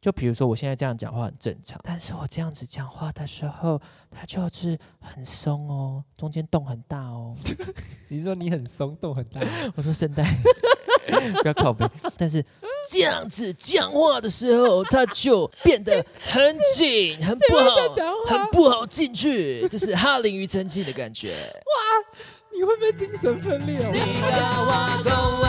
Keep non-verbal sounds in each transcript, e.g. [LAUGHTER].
就比如说我现在这样讲话很正常，但是我这样子讲话的时候，它就是很松哦，中间洞很大哦。你说你很松动很大， [LAUGHS] 我说圣诞， [LAUGHS] 不要靠背。 [LAUGHS] 但是这样子讲话的时候，它就变得很紧，很不好，讲很话不好进去，就是哈林庾澄庆的感觉。 [LAUGHS] 你会不会精神分裂？哦我你跟我讲话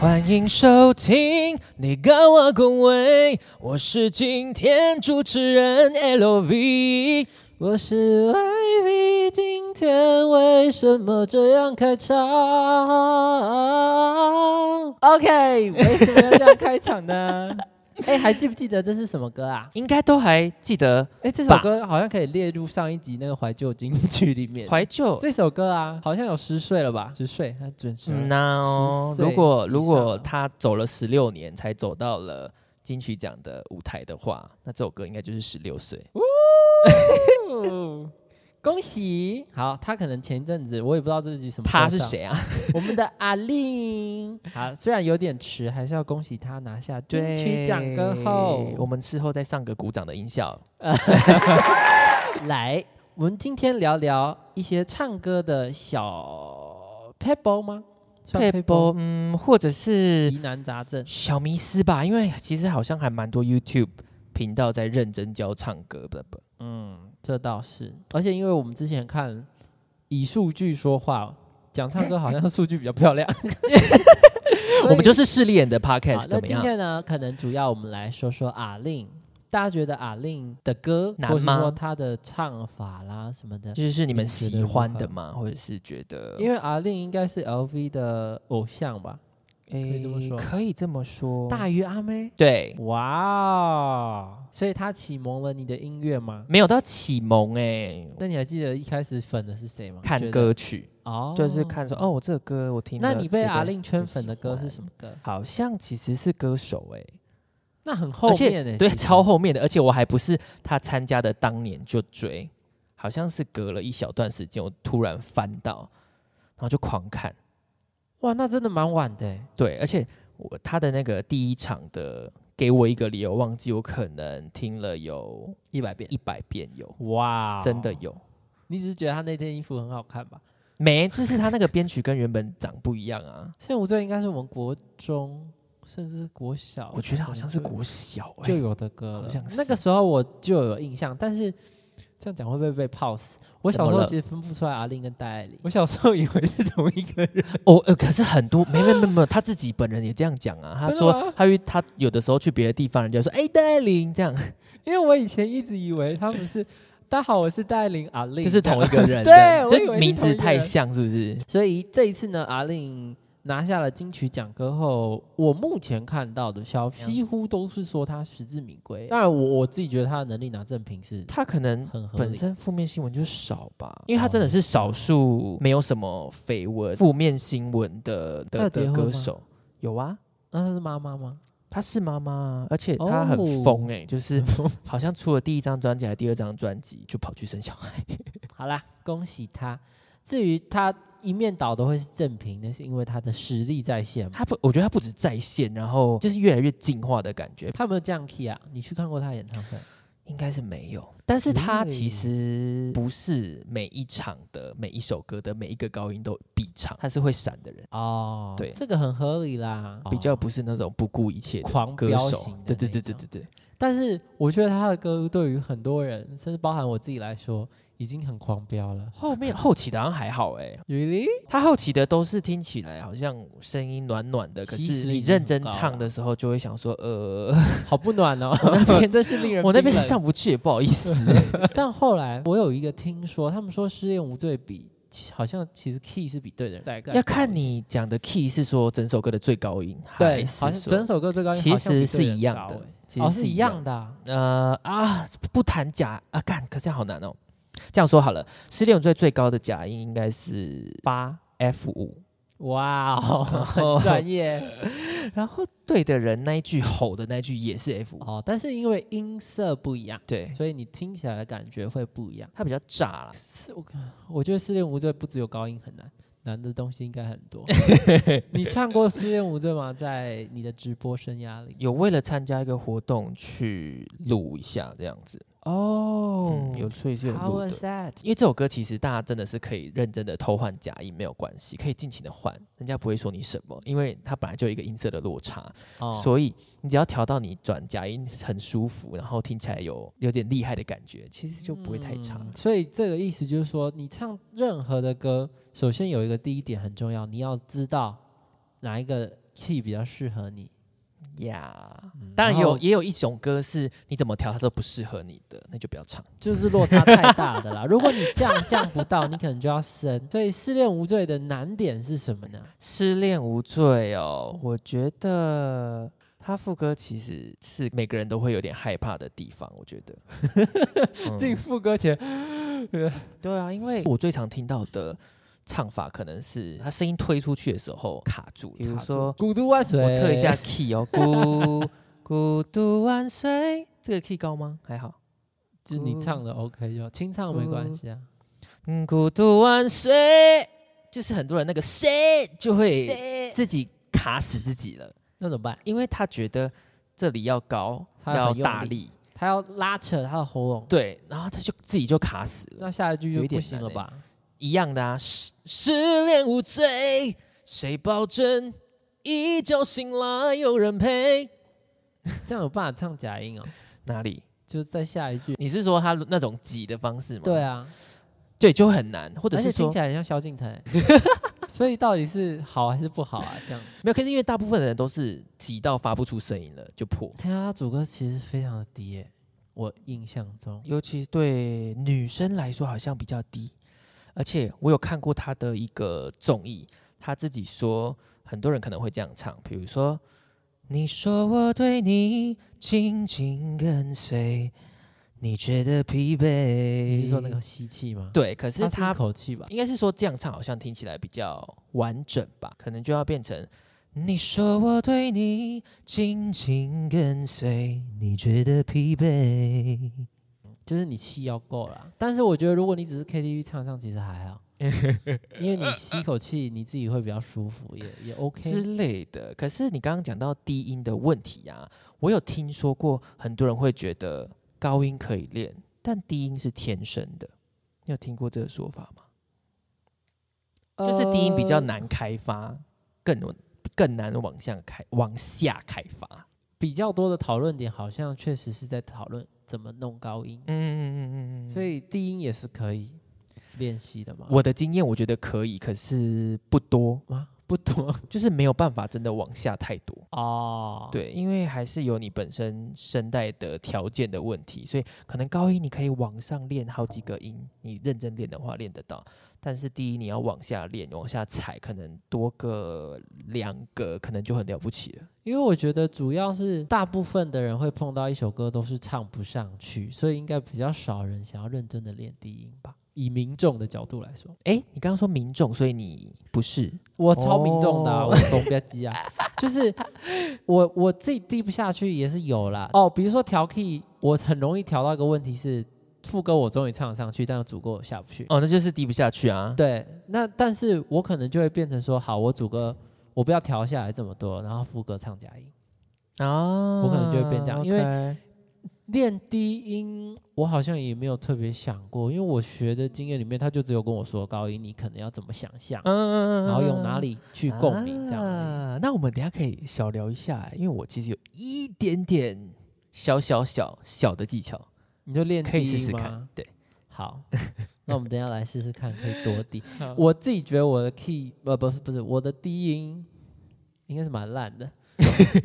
欢迎收听《你跟我恭维》，我是今天主持人 LV。我是 Ivy，今天为什么这样开场？OK，为什么要这样开场呢？ [LAUGHS] 哎、还记不记得这是什么歌啊？应该都还记得哎、这首吧歌好像可以列入上一集那个怀旧金曲里面。怀旧。这首歌啊，好像有十岁了吧？十岁，他准时。嗯呐哦10，岁如果以如果上他走了十六年才走到了金曲奖的舞台的话，那这首歌应该就是十六岁。哦恭喜！好，他可能前一阵子我也不知道自己什么。他是？谁啊？ [LAUGHS] 我们的阿令。好，虽然有点迟，还是要恭喜他拿下金曲奖歌后对。我们事后再上个鼓掌的音效。来，我们今天聊聊一些唱歌的小 pebble 吗？算配播，嗯，或者 pebble？是疑难杂症。小迷思吧，因为其实好像还蛮多 YouTube 频道在认真教唱歌的 [LAUGHS] 吧。嗯，这倒是。而且因为我们之前看以数据说话，讲唱歌好像数据比较漂亮。所以 [LAUGHS] 我们就是试练的好 Podcast 那怎么今样？天呢，可能主要我们来说说阿令。大家觉得阿令的歌，难或是吗说她的唱法啦什么的，就是你们你觉得喜如欢何的吗？或者是觉得因为阿令应该是 LV 的偶像吧，以这么诶说可以这么说，大于阿妹。对，哇哦！所以他启蒙了你的音乐吗？没有到启蒙哎、那你还记得一开始粉的是谁吗？看觉得歌曲哦，就是看说哦，。我这个歌我听了。那你被觉得阿令圈粉的歌很喜是欢什么歌？好像其实是歌手哎、那很后而且面呢、欸对，其实超后面的，而且我还不是他参加的当年就追，好像是隔了一小段时间，我突然翻到，然后就狂看，哇，那真的蛮晚的欸、对，而且我他的那个第一场的，给我一个理由忘记，我可能听了有一百遍。一百遍有，哇哦真的，有。你只是觉得他那件衣服很好看吧？没，就是他那个编曲跟原本长不一样啊，现在无罪应该是我们国中甚至是国小，我觉得好像是可能就国小、欸，哦就有的歌好了像。那个是时候我就有印象，但是这样讲会不会被泡死？我小时怎么候了其实分不出来阿令跟戴爱玲，我小时候以为是同一个人。哦，呃，可是很多没没没 [GASPS] 没有，他自己本人也这样讲啊。他真的说吗他遇他有的时候去别的地方，人家说哎戴爱玲这样， [LAUGHS] 因为我以前一直以为他们是，大家好，我是戴玲阿令，就是同一 [LAUGHS] 个人，对这样我以为就是名同字一个太人像是不是？所以这一次呢，阿令拿下了金曲奖歌后，我目前看到的消息几乎都是说他实至名归。当然我，我自己觉得他的能力拿正品是他可能很合本理。身负面新闻就少吧，因为他真的哦是少数没有什么绯闻、负面新闻的他有的结的婚歌吗手。有啊，那他是妈妈吗？她是妈妈，而且她很哦疯哎、就是好像出了第一张专辑还是第二张专辑就跑去生小孩。 [LAUGHS] 好啦，恭喜他。至于他一面倒都会是正品，那是因为他的实力在线嘛。她不，我觉得她不止在线，然后就是越来越进化的感觉。他有没有降 key 啊？你去看过他演唱会？应该是没有，但是他其嗯实不是每一场的每一首歌的每一个高音都必唱，他是会闪的人，哦，对这个很合理啦，比较哦不是那种不顾一切的狂歌飙手型。的对对对那对种对对，但是我觉得他的歌对于很多人，甚至包含我自己来说，已经很狂飙了。后面后期的好像还好哎、 Really？他后期的都是听起来好像声音暖暖的，可其实是你已经认很真高唱了的时候就会想说，呃，好不 [LAUGHS] 暖哦， [LAUGHS] 我那边真是令人我那边冰是冷。上不去，也不好意思。但后来我有一个听说，他们说《失恋无罪》比其好像其实 key 是比对的人在要看你讲的 key 是说整首歌的最高音，对，还好像是整说首歌最高音其好像比实对是人一样高的欸，其哦实是一样的。样的啊。呃啊，不谈假啊，干，可是这样好难哦。这样说好了，失恋有罪最高的假音应该是八 F 五，哇哦，后 [LAUGHS] 很专业然后对的人那一句吼的那一句也是 F 五，哦。但是因为音色不一样，对，所以你听起来的感觉会不一样。它比较炸啦。是我我觉得《失恋无罪》不只有高音很难，难的东西应该很 [LAUGHS] 多。你唱过《失恋无罪》吗？在你的直播生涯里？有为了参加一个活动去录一下这样子，哦嗯，有所以是有 How 录的 was。that？因为这首歌其实大家真的是可以认真的偷换假音没有关系，可以尽情的换，人家不会说你什么，因为它本来就有一个音色的落差，哦所以你只要调到你转假音很舒服，然后听起来有有点厉害的感觉，其实就不会太差。嗯所以这个意思就是说，你唱任何的歌，首先有一个第一点很重要，你要知道哪一个 key 比较适合你。 [LAUGHS] 呀、当嗯然然有后也有一种歌是你怎么调它都不适合你的，那就不要唱。就是落差太大的 [LAUGHS] 啦，如果你降降不到，你可能就要升。所以失恋无罪的难点是什么呢？失恋无罪哦，我觉得他副歌其实是每个人都会有点害怕的地方，我觉得。嗯进副歌前，对啊，因为我最常听到的唱法可能是他声音推出去的时候卡住，比如说古都万岁，我测一下 key 哦，孤孤独万岁，这个 key 高吗？还好。就你唱的 OK 就清唱没关系啊。嗯，孤独万岁，就是很多人那个谁就会谁？自己卡死自己了，那怎么办？因为他觉得这里要高，他要很用大力力，他要拉扯他的喉咙，对，然后他就自己就卡死了。那下一句有就一不点欸行了吧？一样的啊，失失恋无罪，谁保证一觉醒来有人陪？这样有办法唱假音哦？哪里？就是在下一 [LAUGHS] 句。你是说他那种挤的方式吗？对，啊，对，就会很难，或者而是且听说起来很像萧敬腾欸， [LAUGHS] 所以到底是好还是不好啊？这样，没有，可是因为大部分的人都是挤到发不出声音了就破，听他主歌其实非常的低耶，我印象中。尤其对女生来说好像比较低。而且我有看过他的一个综艺，他自己说很多人可能会这样唱，比如说你说我对你紧紧跟随，你觉得疲惫。你你是说那个吸气吗？，对，可是是他他一口气吧。应该是说这样唱好像听起来比较完整吧，可能就要变成你说我对你紧紧跟随，你觉得疲惫。就是你气要够啦。但是我觉得，如果你只是 KTV 唱唱，其实还 [LAUGHS] 好，因为你吸口气，你自己会比较舒服，也也 OK。之类的，可是你刚刚讲到低音的问题啊，我有听说过很多人会觉得高音可以练，但低音是天生的。你有听过这个说法吗？就是低音比较呃，难开发，更更难往下开往下开发。比较多的讨论点好像确实是在讨论怎么弄高音，嗯嗯嗯嗯嗯嗯。所以低音也是可以练习的嘛。我的经验，我觉得可以，可是不多，啊不多 [LAUGHS] 就是没有办法真的往下太多。哦，，对，因为还是有你本身声带的条件的问题，所以可能高音你可以往上练好几个音，你认真练的话练得到。但是第一，你要往下练，往下踩，可能多个两个，可能就很了不起了。因为我觉得主要是大部分的人会碰到一首歌都是唱不上去，所以应该比较少人想要认真的练低音吧。以民众的角度来说，哎，你刚刚说民众，所以你不是我超民众的、啊，哦我怂不要急啊，就是我我自己低不下去也是有啦。哦，比如说调 key，我很容易调到一个问题是副歌我终于唱得上去，但是主歌我下不去。哦，那就是低不下去啊。对，那但是我可能就会变成说，好，我主歌我不要调下来这么多，然后副歌唱假音。啊，我可能就会变这样因为嗯 OK 练低音，我好像也没有特别想过，因为我学的经验里面，他就只有跟我说高音你可能要怎么想象，嗯嗯嗯，嗯然后用哪嗯里去共鸣这样而已。啊那我们等一下可以小聊一下，因为我其实有一点点小小小小的技巧，你就练可以低试音试吗看？。对，好，那我们等一下来试试看，可以多低 [LAUGHS] 好。我自己觉得我的 key 呃不是不是我的低音应该是蛮烂 [LAUGHS] 的，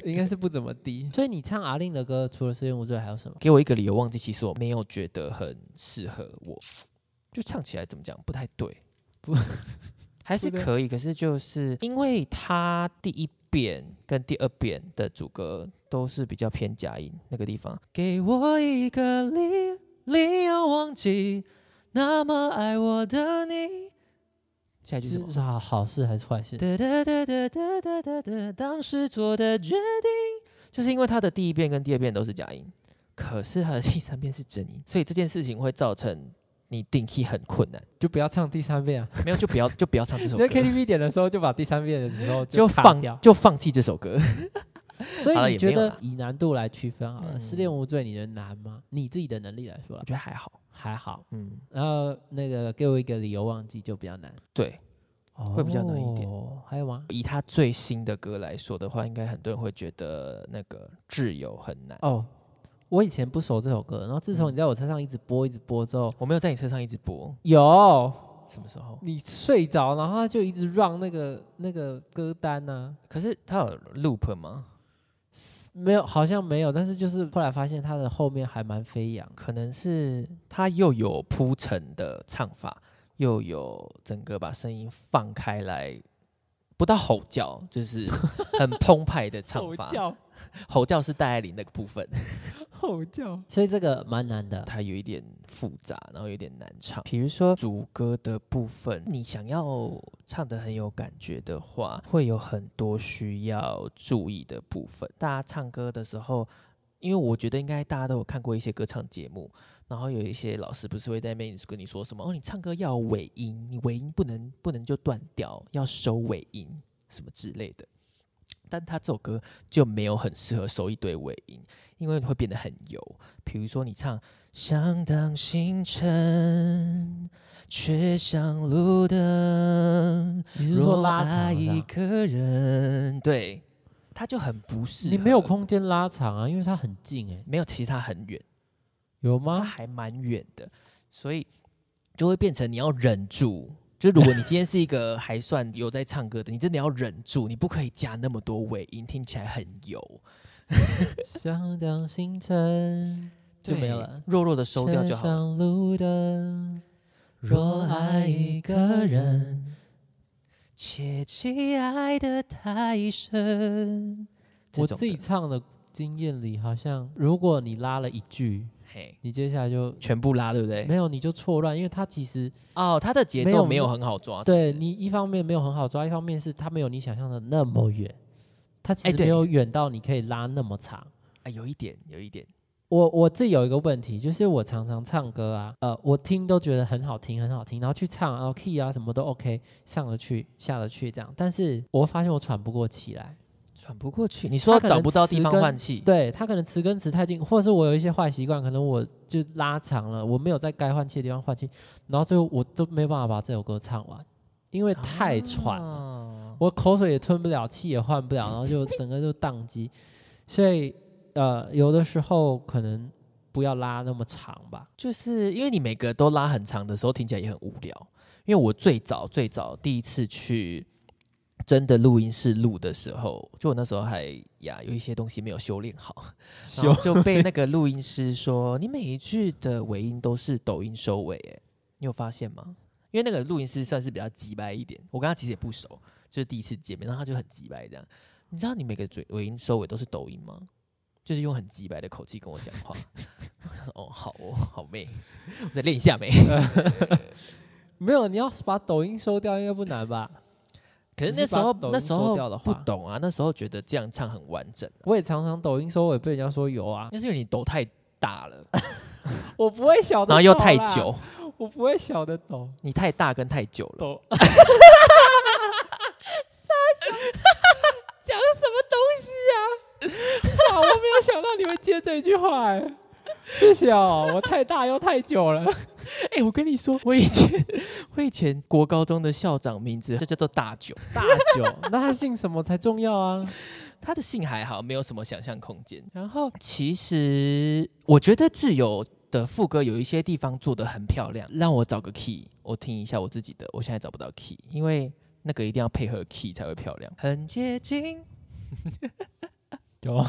应该是不怎么低。所以你唱阿令的歌，除了《失恋无罪》还有什么？给我一个理由忘记，其实我没有觉得很适合我，就唱起来怎么讲不太 [LAUGHS] 对，不还是不对可以，可是就是因为他第一遍跟第二遍的主歌都是比较偏假音那个地方，给我一个理理由忘记那么爱我的你，下一句是什么？是好好事还是坏事？哒哒哒哒哒哒哒哒，当时做的决定，就是因为他的第一遍跟第二遍都是假音，可是他的第三遍是真音，所以这件事情会造成你定 key 很困难，就不要唱第三 [LAUGHS] 遍啊！没有就不要就不要唱这首你歌 [LAUGHS] 在，KTV 点的时候就把第三遍的时候就卡放掉。就放弃这首歌。所好了以也你觉没有得啦以难度来区分好了，嗯失恋无罪》你觉得难吗？你自己的能力来说我啦觉得还好，还好， [LAUGHS] 嗯，然后那个给我一个理由忘记就比较难，对。会比较难一点哦。还有吗？以他最新的歌来说的话，应该很多人会觉得那个挚友很难。哦，我以前不熟这首歌，然后自从你在我车上一直播一直播之后，我没有在你车上一直播，有什么时候？你睡着，然后他就一直 run 那个那个歌单啊呢、可是他有 loop 吗？没有，好像没有，但是就是后来发现他的后面还蛮飞扬。可能是他又有铺陈的唱法，又有整个把声音放开来，不到吼叫，就是 [LAUGHS] 很澎湃的唱法。叫吼叫是戴爱玲那个部分，吼叫，所以这个蛮难的。它有一点复杂，然后有点难唱。比如说主歌的部分，你想要唱的很有感觉的话，会有很多需要注意的部分。大家唱歌的时候，因为我觉得应该大家都有看过一些歌唱节目，然后有一些老师不是会在那边跟你说什么哦，你唱歌要有尾音，你尾音不能不能就断掉，要收尾音什么之类的。但他这首歌就没有很适合收一堆尾音，因为会变得很油。比如说你唱想当星辰，却像路灯。你是说若拉爱长啊一的？个人，对，他就很不适合。你没有空间拉长啊，因为它很近哎、没有，其实他很远，有他吗？还蛮远的，所以就会变成你要忍住。就如果你今天是一个还算有在唱歌的，你真的要忍住，你不可以加那么多尾音，听起来很油，想当星辰就没有对了，弱弱的 [LAUGHS] 收掉就好车了。上路灯，若爱一个人，切记爱的太深。这我种自己的唱的经验里，好像如果你拉了一句，嘿，你接下来就全部拉对不没对？有，你就错乱，因为它其实哦，他的节没奏有没有很好抓。哦其对实你一方面没有很好抓，一方面是它没有你想象的那么远，它其哎实对没有远到你可以拉那么长。啊，有一点，有一点，我我自己有一个问题，就是我常常唱歌啊，呃，我听都觉得很好听，很好听，然后去唱，然后 key 啊什么都 OK，上得去，下得去这样，但是我发现我喘不过气来。喘不过去。你说他可能找不到地方词跟换气，对他可能词跟词太近，或者是我有一些坏习惯，可能我就拉长了，我没有在该换气的地方换气，然后最后我都没办法把这首歌唱完，因为太喘了，了。我口水也吞不了，气也换不了，然后就整个就宕机。所以呃，有的时候可能不要拉那么长吧。就是因为你每个都拉很长的时候，听起来也很无聊。因为我最早最早第一次去真的录音室录的时候，就我那时候还呀有一些东西没有修炼好，然后就被那个录音师说你每一句的尾音都是抖音收尾，哎，你有发现吗？因为那个录音师算是比较急白一点，我跟他其实也不熟，就是第一次见面，然后他就很急白这样。你知道你每个嘴尾音收尾都是抖音吗？就是用很急白的口气跟我讲话。我想说哦，好哦，好妹，我再练一下妹。没有，你要把抖音收掉应该不难吧？可是只那时把候抖音那时收候掉的不话，懂啊，那时候觉得这样唱很完整、啊，我也常常抖音收尾被人家说有啊，那是因为你抖太大了，哦我不会晓得，然后又太，久，我不会晓得抖你太大跟太久了。抖。 [LAUGHS] 讲什么东西啊？哇，我没有想到你会接这句话哎、谢谢哦，我太大又太久了。哎、我跟你说，我以前 [LAUGHS] 我以前国高中的校长名字就叫做大九，大久， [LAUGHS] 那他姓什么才重要啊？他的姓还好，没有什么想象空间。然后其实我觉得挚友的副歌有一些地方做的很漂亮，让我找个 key，我听一下我自己的，我现在找不到 key，因为那个一定要配合 key 才会漂亮，很接近。有，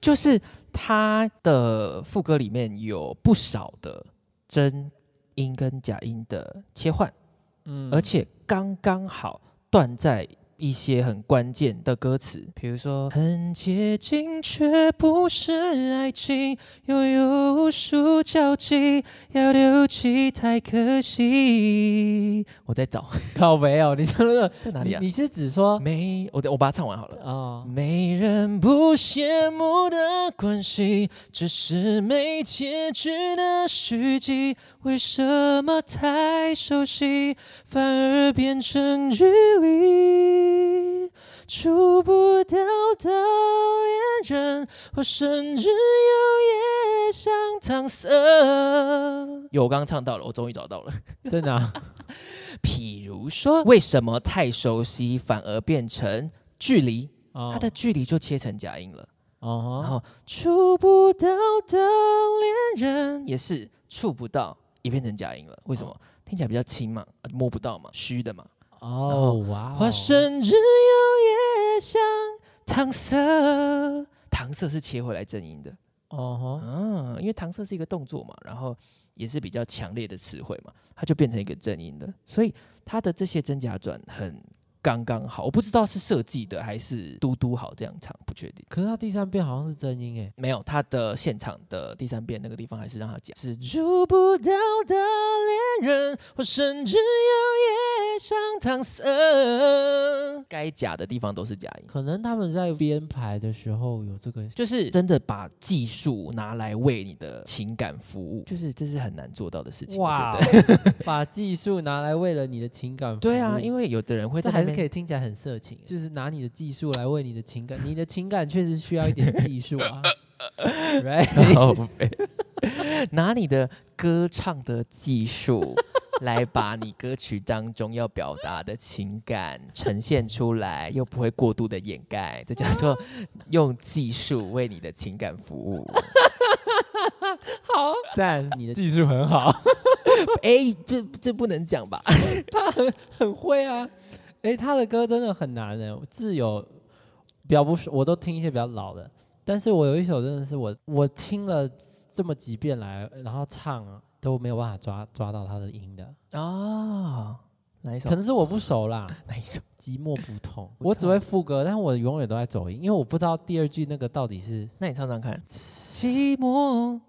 就是他的副歌里面有不少的真音跟假音的切换，嗯而且刚刚好断在一些很关键的歌词，比如说很接近却不是爱情，拥有无数交集，要丢弃太可惜。我在找靠哦没有，你真的在哪里你啊？嗯你是指说没，我我把它唱完好了。哦，没人不羡慕的关系，只是没结局的续集。为什么太熟悉反而变成距离？触不到的恋人，或甚至有夜想搪塞。有，我刚刚唱到了，我终于找到了。真的、 [LAUGHS] 啊，譬如说，为什么太熟悉反而变成距离？哦它的距离就切成假音了。哦然吼后触不到的恋人哦也是触不到，也变成假音了。为什么？听起来比较轻嘛，啊摸不到嘛，虚的嘛。哦哇哦，或甚至有夜想搪塞，搪塞是切回来正音的。哦吼嗯，因为搪塞是一个动作嘛，然后也是比较强烈的词汇嘛，它就变成一个正音的，所以它的这些真假转很刚刚好。我不知道是设计的还是嘟嘟好这样唱，不确定。可是他第三遍好像是真音诶，没有，他的现场的第三遍那个地方还是让他讲，是触不到的恋人，我甚至有夜想搪塞。该假的地方都是假音，可能他们在编排的时候有这个，就是真的把技术拿来为你的情感服务，就是这是很难做到的事情。哇，哦哇， [LAUGHS] 把技术拿来为了你的情感服务，对啊，因为为有的人会这在还是可以，以听起来很色情，就是拿你的技术来为你的情感，你的情感确实需要一点技术 [LAUGHS] 啊，right？靠北拿你的歌唱的技术 [LAUGHS] 来把你歌曲当中要表达的情感呈现出来，又不会过度的掩盖，这叫做用技术为你的情感服 [LAUGHS] 务。好，赞，你的技术很好。哎、这这不能讲 [LAUGHS] 吧？很会啊。哎、他的歌真的很难的，自有比较不熟，我都听一些比较老的，但是我有一首真的是我我听了这么几遍来，然后唱啊都没有办法抓抓到他的音的，哦，哪一首可？能是我不熟啦，哪一首？寂寞不痛，我只会副歌，但我永远都在走音，因为我不知道第二句那个到底是那你唱唱看。寂寞，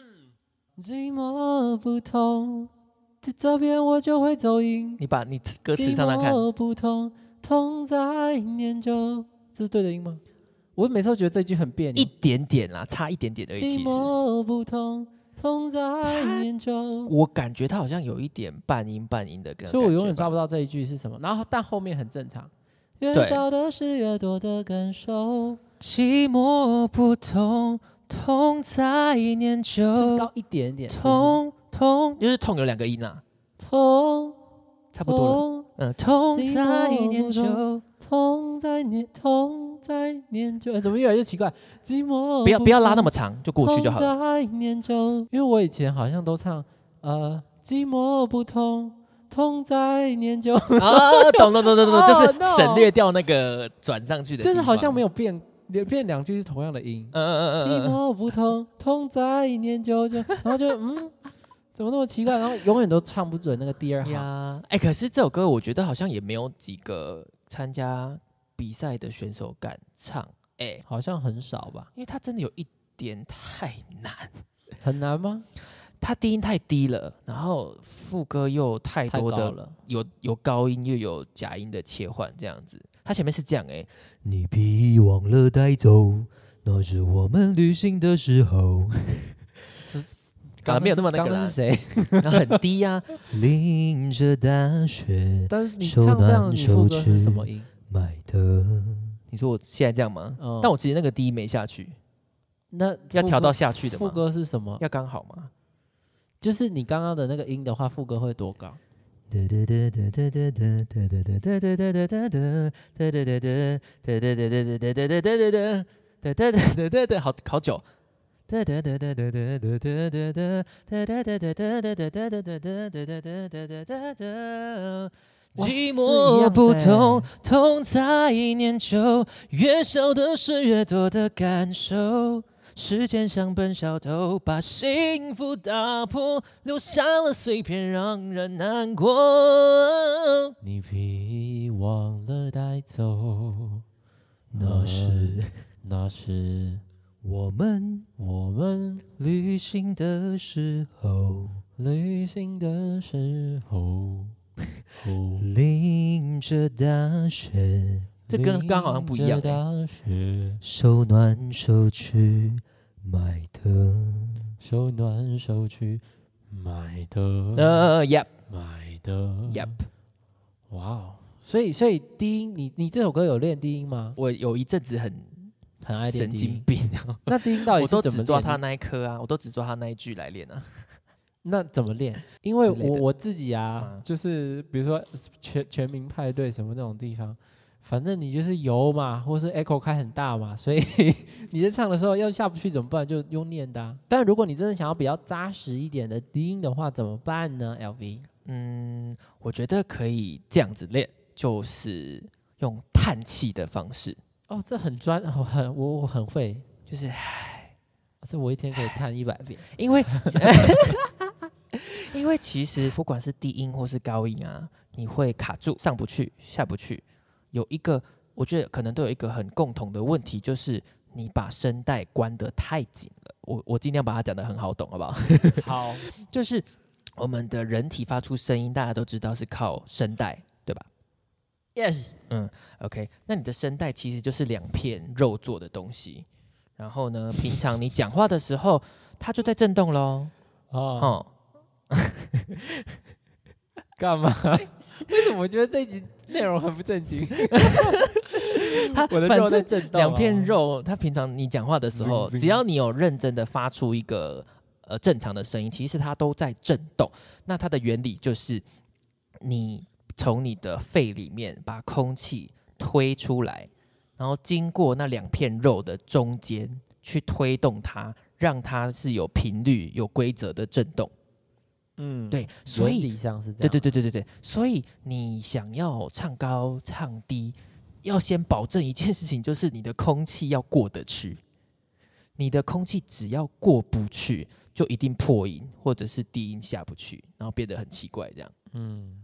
[COUGHS] 寂寞不痛，在这边我就会走音，你把你歌词唱唱看寂。寞不痛，痛在念旧，这是对的音吗？我每次都觉得这句很别一扭。点点啦，差一点点而已。寂其实，寞不痛，痛在念旧。我感觉他好像有一点半音半音的跟，所以我永远抓不到。到这一句是什么。然后，但后面很正常。越对少的是越多的感受，寂寞不痛，痛在念就是旧高，一点点。是不是痛痛就是痛有两个音啊，痛，差不多了。痛，嗯，痛寂在寞念不旧，痛在念，痛在念旧。哎怎么越来越奇怪？寂寞不要不要拉那么。么长，就过去就好了。痛在念旧，因为我以前好像都唱呃寂寞不痛，痛在念旧，啊，懂懂 [LAUGHS] 懂懂懂， Oh, 就是省 no 略掉那个转上去的地方。真的好像没有。有变，连变两句是同样的音。嗯嗯嗯寂嗯嗯，寞不痛，痛在念旧，就然后就 [LAUGHS] 嗯，怎么那么奇怪？然后永远都唱不准那个第二行。呀，哎，可是这首歌我觉得好像也没有几个参加比赛的选手敢唱，哎，好像很少吧？因为它真的有一点太难。很难吗？它低音太低了，然后副歌又太太多高的了，有有高音又有假音的切换，这样子。它前面是这样哎、你别忘了带走，那是我们旅行的时候。搞得没有那么那刚个刚啦是， [LAUGHS] 谁？然后很低呀、淋啊着大雪但是你手唱这样，难你手副歌是去什么音？买的，哦你说我现在这样吗？嗯但我其实那个低音没下去，那要副调歌到下去的副吗？歌是什么？要刚好吗？就是你刚刚的那个音的话，副歌会多高？哒哒哒哒哒哒哒哒哒哒哒哒哒哒哒。哒哒哒哒哒哒哒哒哒哒哒哒哒哒哒哒哒哒哒，好好久。哒哒哒哒哒哒哒哒哒哒哒哒哒哒哒哒哒哒哒哒哒哒哒哒哒。寂寞不痛，痛在念旧，越少的是越多的感受。时间像本小偷，把幸福打破，留下了碎片，让人难过。你别忘了带走，那是那是我们我们旅行的时哦，旅行的时候。哦淋着大雪， [LAUGHS] 这跟刚刚好像不一样哎淋着大雪，手暖手去买的。手暖手去买的，呃，Yep 买的 Yep，哇哦！所以，所以低音，你你这首歌有练低音吗？我有一阵子很很爱练神低经音。病，啊那低音到底我是都怎么只练抓他？那一颗啊，我都只抓他那一句来练啊。那怎么练？因为之类我的我自己啊嗯，就是比如说全全民派对什么那种地方，反正你就是油嘛，或是 echo 开很大嘛，所以 [LAUGHS] 你在唱的时候要下不去怎么办？就用念的、啊。但如果你真的想要比较扎实一点的低音的话，怎么办呢？LV 嗯，我觉得可以这样子练，就是用叹气的方式，哦，这很专，哦、很我我很会，就是这我一天可以弹一百遍。因为 [LAUGHS] 因为其实不管是低音或是高音啊，你会卡住，上不去，下不去。有一个，我觉得可能都有一个很共同的问题，就是你把声带关得太紧了。我我尽量把它讲得很好懂，好不好？ [LAUGHS] [LAUGHS] 好，就是我们的人体发出声音，大家都知道是靠声带，对吧？Yes。嗯，OK。那你的声带其实就是两片肉做的东西，然后呢，平常你讲话的时候，它就在震动喽。哦， [LAUGHS] 哦，干嘛？ [LAUGHS] 为什么我觉得这一集内容很不正经？它我的反肉在啊正震动，两片。肉，它平常你讲话的时候，滋滋只要你有认真的发出一个呃正常的声音，其实它都在震动。那它的原理就是你从你的肺里面把空气推出来，然后经过那两片肉的中间去推动它，让它是有频率、有规则的震动。嗯，对，所以原理上是这样。对对对对对对，所以你想要唱高唱低，要先保证一件事情，就是你的空气要过得去。你的空气只要过不去，就一定破音或者是低音下不去，然后变得很奇怪这样。嗯，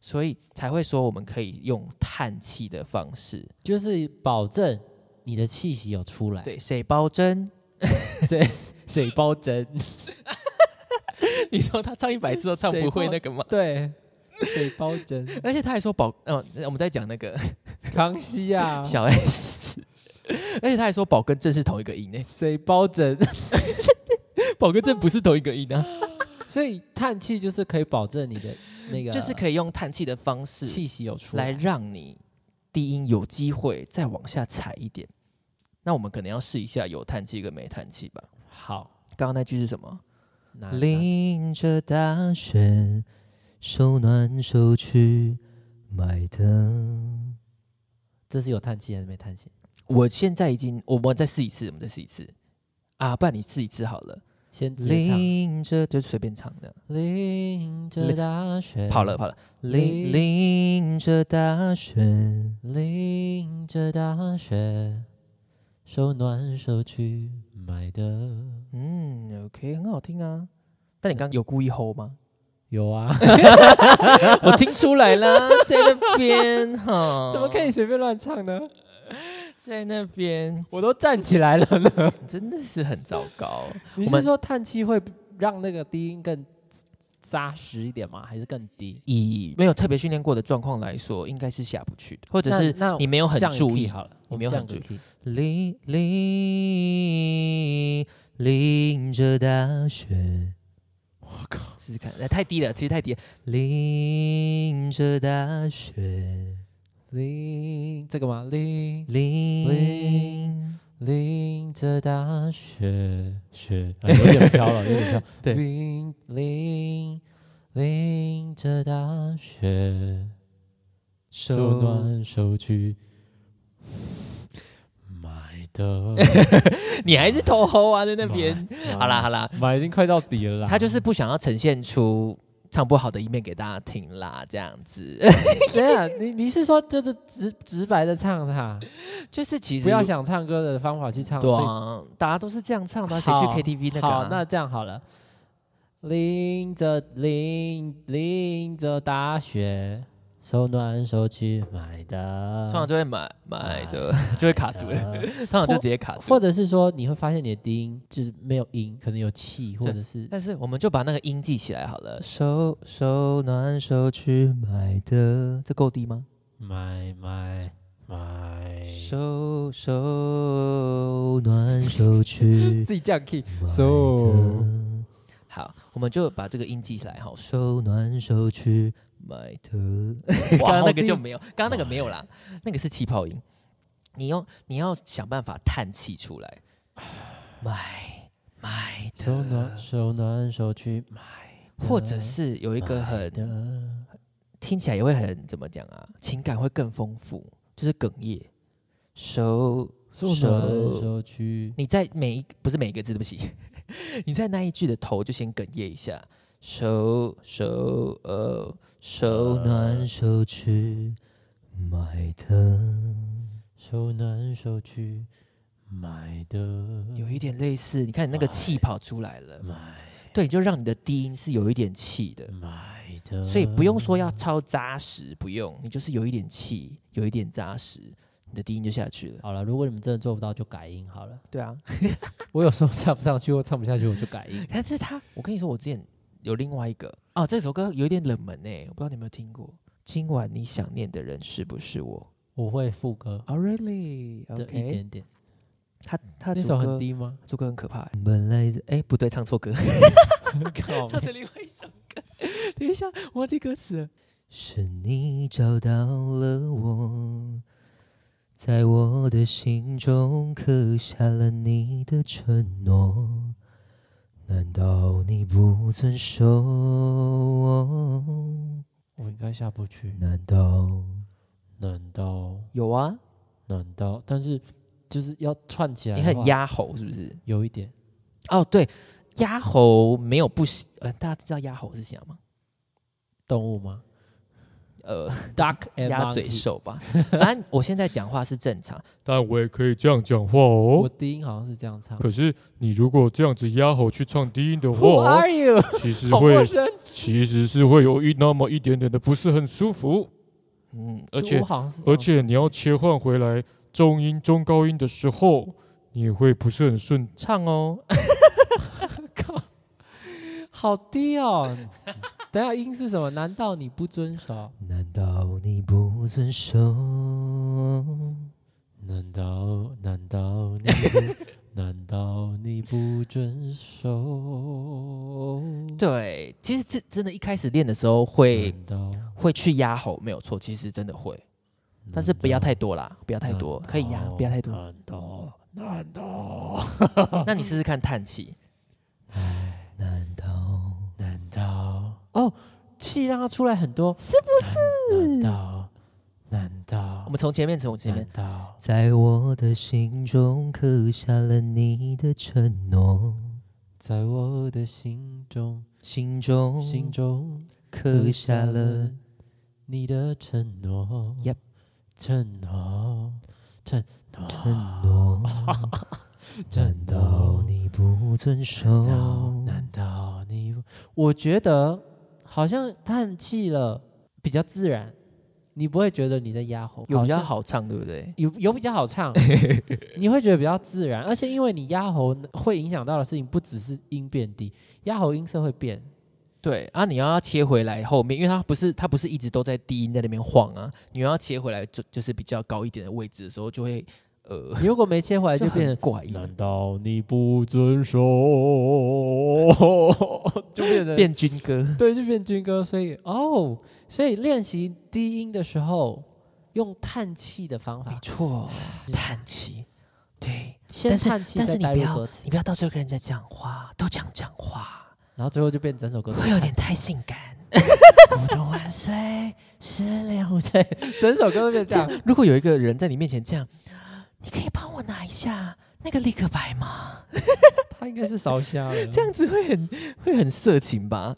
所以才会说我们可以用叹气的方式，就是保证你的气息有出来。，对，水包针。水包针， [LAUGHS] 你说他唱一百次都唱不会那个吗？对，水包 [LAUGHS] 针，而且他还说保，嗯、我们在讲那个康熙啊，小 S，、而且 [LAUGHS] 他还说宝跟正是同一个音欸呢、水包针， [LAUGHS] 宝跟正不是同一个音啊。所以叹气就是可以保证你的那个，就是可以用叹气的方式气息有出来让你低音有机会再往下踩一点。那我们可能要试一下有叹气跟没叹气吧。好，刚刚那句是什么？啊那淋着大雪，手暖手去买的。这是有叹气还是没叹气？我现在已经，我们再试一次，我们再试一次啊，不然你试一次好了。先自己唱，淋着就随便唱的，淋着大雪，跑了，跑了，嗯淋淋淋淋着大雪，淋着大雪，手暖手去买的。嗯，OK，很好听啊。但你刚刚有故意吼吗？[LAUGHS] 有啊，我听出来了，在那边哈，怎么可以随便乱唱呢？在那边？我都站起来了呢。真的是很糟糕。[LAUGHS] 你我们是说叹气会让那个低音更扎实一点吗？还是更低？以没有特别训练过的状况来说，应该是下不去的，或者那是那你没有很降个注 key 意。好了，你没有很注意意。淋淋淋着大雪，试试看，哎，太低了，其实太低了。淋着大雪，淋这个吗？淋淋淋着大雪，雪、哎有点飘了，有点飘。 [LAUGHS] 对淋淋淋着大雪，手手，暖 [LAUGHS] 手去买的。你还是头吼啊，在那边。买好啦好啦，买已经快到底了啦。他就是不想要呈现出唱不好的一面给大家听啦，这样子。 [LAUGHS] [LAUGHS] 等一下，你你是说就是直直白的唱它，就是其实不要想唱歌的方法去唱。对啊，大家都是这样唱的，谁去好 KTV 那个好啊，？那这样好了，淋着淋淋着大雪，手暖手去买的，通常就会买买的， [LAUGHS] 就会卡住了，买的。通常就直接卡住 [LAUGHS] 或。者是说，你会发现你的低音就是没有音，可能有气，或者是但是我们就把那个音记起来好了。手手暖手去买的，这够低吗？买买买，手手暖手去自己降 key。买的 So，哦好，我们就把这个音记下来哈。手暖手去买 [LAUGHS] 的。刚刚那个好就低没有，刚刚那个没有啦，那个是气泡音。你用你要想办法叹气出来，买买手的，暖手暖手去买或者是有一个很的，听起来也会很怎么讲啊，情感会更丰富，就是哽咽。手，手暖手去你在每一不是每一个字，对不起， [LAUGHS] 你在那一句的头就先哽咽一下。手手呃手手暖手去买的。手暖手去买的，有一点类似，你看你那个气跑出来了，买对，你就让你的低音是有一点气的，买的，所以不用说要超扎实，不用，你就是有一点气，有一点扎实，你的低音就下去了。好了，如果你们真的做不到，就改音好了。 [LAUGHS] 对啊，我有时候唱不上去或唱不下去，我就改音。 [LAUGHS] 但是他，我跟你说，我之前有另外一个哦，这首歌有一点冷门诶，我不知道你有没有听过。今晚你想念的人是不是我我会副歌？Oh really? 的一 OK，点点，他他那主首歌很，低 [LAUGHS] 吗？主歌很可怕欸。本来在哎，不对，唱错歌，[LAUGHS] 靠唱 [LAUGHS] 成另外一首歌。等一下，我忘记歌词了。是你找到了我，在我的心中刻下了你的承诺。难道你不遵守？我应该下不去。难道难道？有啊，难道？但是就是要串起来，你很，压喉是不是？有一点。哦，对，压喉没有不行。呃，大家知道压喉是啥吗？动物 [LAUGHS] 吗呃， ？Duck and 鸭嘴 monkey 兽吧。反正我现在讲话是正常，但我也可以这样讲话哦我。低音好像是这样唱。可是你如果这样子压喉去唱低音的 Who 话，哦 are you？其实好陌会生。哦其实是会有一那么一点点的不是很舒服，哦嗯，而我且好像是这而样且你要切换回来中音中高音的时候，你也会不是很顺。唱哦， [LAUGHS] 靠，好低哦。 [LAUGHS] 等一下音是什么？难道你不遵守？难道你不遵守？ [LAUGHS] 难道难道你不难道你不遵守？对，其实这真的，一开始练的时候会难道，会去压喉，没有错，其实真的会，嗯但是不要太多啦，不要太多，可啊以压，哦不要太多。难道难道那你试试看叹气，难道难道哦，气让它出来很多，是不是？难道难道我们从前面从前面难，道在我的心中刻下了你的承诺？在我的心中心中心中刻下了。你的承诺 Yep 承诺，承诺，承诺。难承道诺。哦你不遵守？难道哦难道你不？我觉得好像叹气了比较自然，你不会觉得你在压喉，有比较像，好唱，对不对？有有比较好 [LAUGHS] 唱，你会觉得比较自然，而且因为你压喉会影响到的事情不只是音变低，压喉音色会变，对啊，你要切回来后面，因为它不是它不是一直都在低音在那边晃啊，你要切回来就就是比较高一点的位置的时候，就会呃 [LAUGHS] 你如果没切回来就就变变成怪异，难道你不遵守？哦 [LAUGHS] 就变成变军歌。对，就变军歌。所以哦，所以练习低音的时候，用叹气的方没法，错，叹气，对，先但是叹气，但是再你带不入要歌词你，不要到最后跟人家讲话，都讲讲话，然后最后就变整首 [LAUGHS] 歌都会是有叹点太性感。古董万岁，十六岁。气，整首歌都变这这样样。，如果有一个人在你面前这样，你可以帮我拿一下那个立可白吗？他应该是烧瞎了。 [LAUGHS] 这样子会很会很色情吧？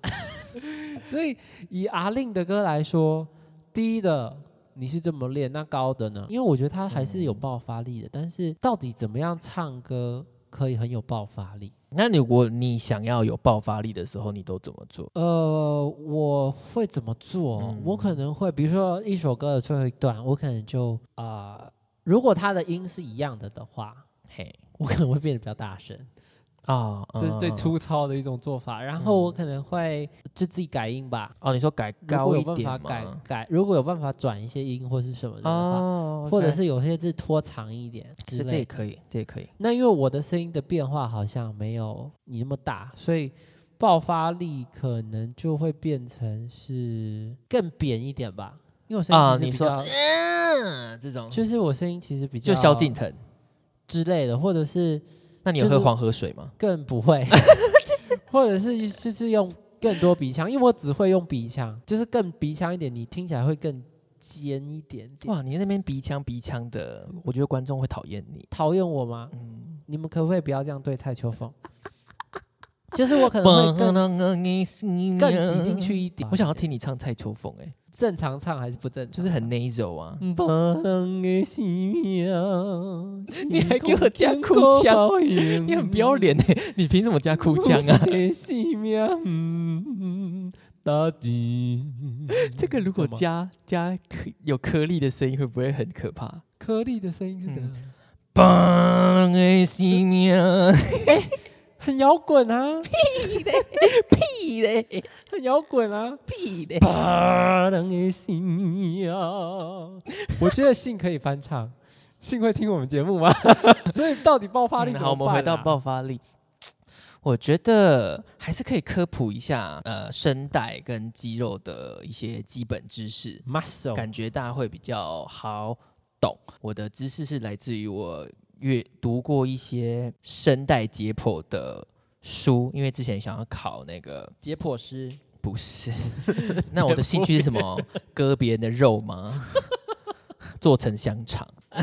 所以以阿令的歌来说，低的你是这么练，那高的呢？因为我觉得他还是有爆发力的，但是到底怎么样唱歌可以很有爆发力？那如果你想要有爆发力的时候，你都怎么做？呃，我会怎么做？嗯我可能会，比如说一首歌的最后一段，我可能就啊、呃如果它的音是一样的的话，嘿我可能会变得比较大声，啊，这是最嗯粗糙的一种做法。然后我可能会就自己改音吧，哦。你说改如高果一有办点法吗？改改，如或者有办法转一些音或是什么的话，哦，或者是有些字拖长一点之这这类也的。可以，这也可以。那因为我的声音的变化好像没有你那么大，所以爆发力可能就会变成是更扁一点吧，因为我声啊、音你其实比说较，嗯、这种就是我声音其实比较就萧敬腾，之类的，或者是那你有就是喝黄河水吗？更不会， [LAUGHS] 或者是就是用更多鼻腔，因为我只会用鼻腔，就是更鼻腔一点，你听起来会更尖一点点。哇，你那边鼻腔鼻腔的，我觉得观众会讨厌你。讨厌我吗？嗯，你们可不可以不要这样对蔡秋凤？ [LAUGHS] 就是我可能会更嗯更挤进去一点。啊我想要听你唱蔡秋凤，哎，正常唱还是不正常？就是很 nasal 啊。不能的生命。 [LAUGHS] 你还给我加哭腔，你很不要脸哎、你凭什么加哭腔啊？的生嗯命打击。 [LAUGHS] 这个如果怎么加加颗有颗粒的声音，会不会很可怕？颗粒的声音是怎样？嗯棒的新娘，很摇滚啊，屁嘞很摇滚啊。屁嘞！巴郎的心呀， [LAUGHS] 我觉得信可以翻唱，信会听我们节目吗？ [LAUGHS] 所以到底爆发嗯力怎么办、好，啊我们回到爆发力。我觉得还是可以科普一下，呃，声带跟肌肉的一些基本知识， muscle 感觉大家会比较好懂。我的知识是来自于我阅读过一些声带解剖的书，因为之前想要考那个解剖师，不是， [LAUGHS] 那我的兴趣是什 [LAUGHS] 么？割别人的肉吗？ [LAUGHS] 做成香肠？ [LAUGHS] 哎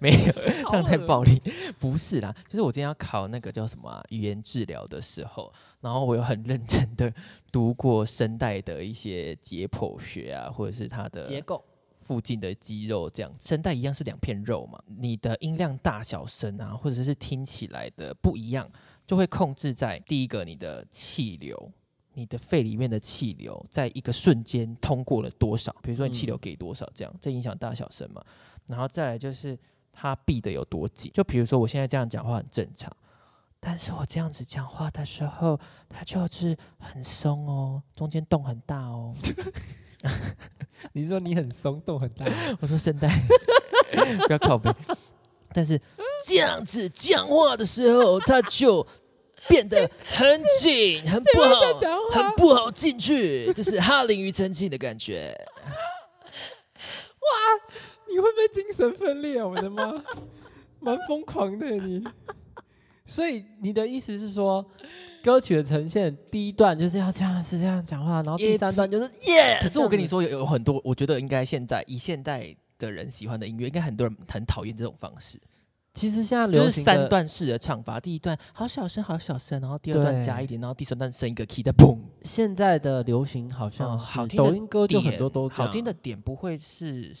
没有，这样太暴力。不是啦，就是我今天要考那个叫什么啊、语言治疗的时候，然后我有很认真的读过声带的一些解剖学啊，或者是它的结构附近的肌肉这样。声带一样是两片肉嘛，你的音量大小声啊，或者是听起来的不一样，就会控制在第一个你的气流。你的肺里面的气流在一个瞬间通过了多少？比如说你气流给多少，这样这影响大小声嘛。然后再来就是它闭的有多紧。就比如说我现在这样讲话很正常，但是我这样子讲话的时候，它就是很松哦，中间洞很大哦。你说你很松动很大， [LAUGHS] 我说声带， [LAUGHS] 不要靠背。但是这样子讲话的时候，它就变得很紧，很不好，讲很不好进去，这是哈林庾澄庆的感觉。你会不会精神分裂、啊？我的妈， [LAUGHS] 蛮疯狂的你。所以你的意思是说，歌曲的呈现第一段就是要这样是这样讲话，然后第三段就是耶。可是我跟你说。说，有有很多，我觉得应该现在以现代的人喜欢的音乐，应该很多人很讨厌这种方式，其实现在就流是行三的段式的唱法，第一段好小声，好小声，然后第二段对加一点，然后第三段升一个 key 再砰。现在的流行哦好像、嗯好听的抖音歌就很多都这好样听的，点不会是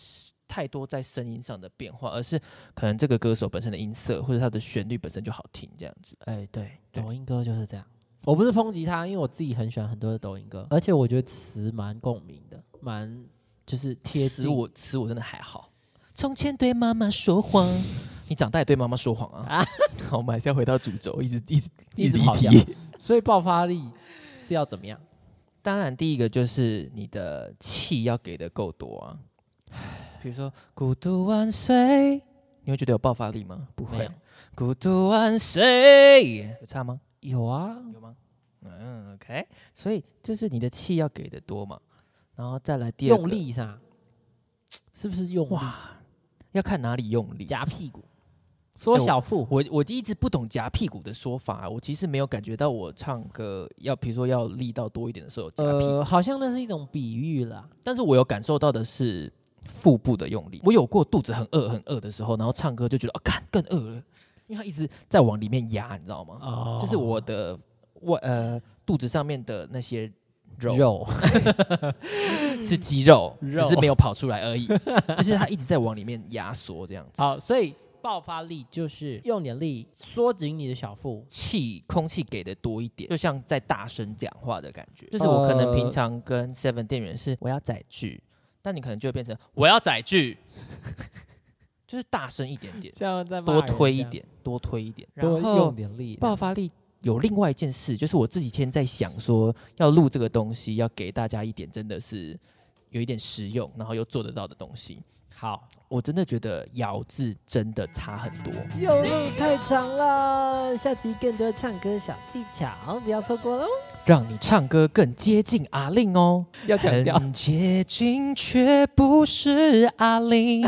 太多在声音上的变化，而是可能这个歌手本身的音色或者它的旋律本身就好听这样子。哎，对，对抖音歌就是这样。我不是抨击他，因为我自己很喜欢很多的抖音歌，而且我觉得词蛮共鸣的，蛮就是贴词近。我词我真的还好。从前对妈妈说谎，你长大也对妈妈说谎啊。 [LAUGHS] 好，我们还是要回到主轴，一直一直一直离跑掉题。所以爆发力是要怎么样？当然，第一个就是你的气要给的够多啊。比如说“孤独万岁”，你会觉得有爆发力吗？不没会有。 “孤独万岁”有差吗？有啊，有吗？嗯，OK，所以就是你的气要给的多嘛，然后再来第二个用力上，是不是用力哇，要看哪里用力。夹屁股、缩小腹？我我一直不懂夹屁股的说法，我其实没有感觉到我唱歌要，比如说要力道多一点的时候有夹屁股，呃，好像那是一种比喻啦。但是我有感受到的是腹部的用力。我有过肚子很饿很饿的时候，然后唱歌就觉得哦，看更饿了，因为它一直在往里面压，你知道吗？哦就是我的我呃肚子上面的那些肉肉是肌嗯肉，肉只是没有跑出来而 [LAUGHS] 已，就是它一直在往里面压缩这样子。好，所以爆发力就是用点力缩紧你的小腹，气空气给的多一点，就像在大声讲话的感觉。呃就是我可能平常跟 Seven 店员是我要载具，但你可能就会变成我要载 [LAUGHS] 具，就是大声一点点，这样再多推一，点，多推一点，多然用后点力。爆发力。有另外一件事，就是我这几天在想说，要录这个东西，要给大家一点真的是有一点实用，然后又做得到的东西。好，我真的觉得咬字真的差很多。又路太长了，下集更多唱歌小技巧，不要错过喽！让你唱歌更接近阿令哦，要强调，很接近却不是阿令。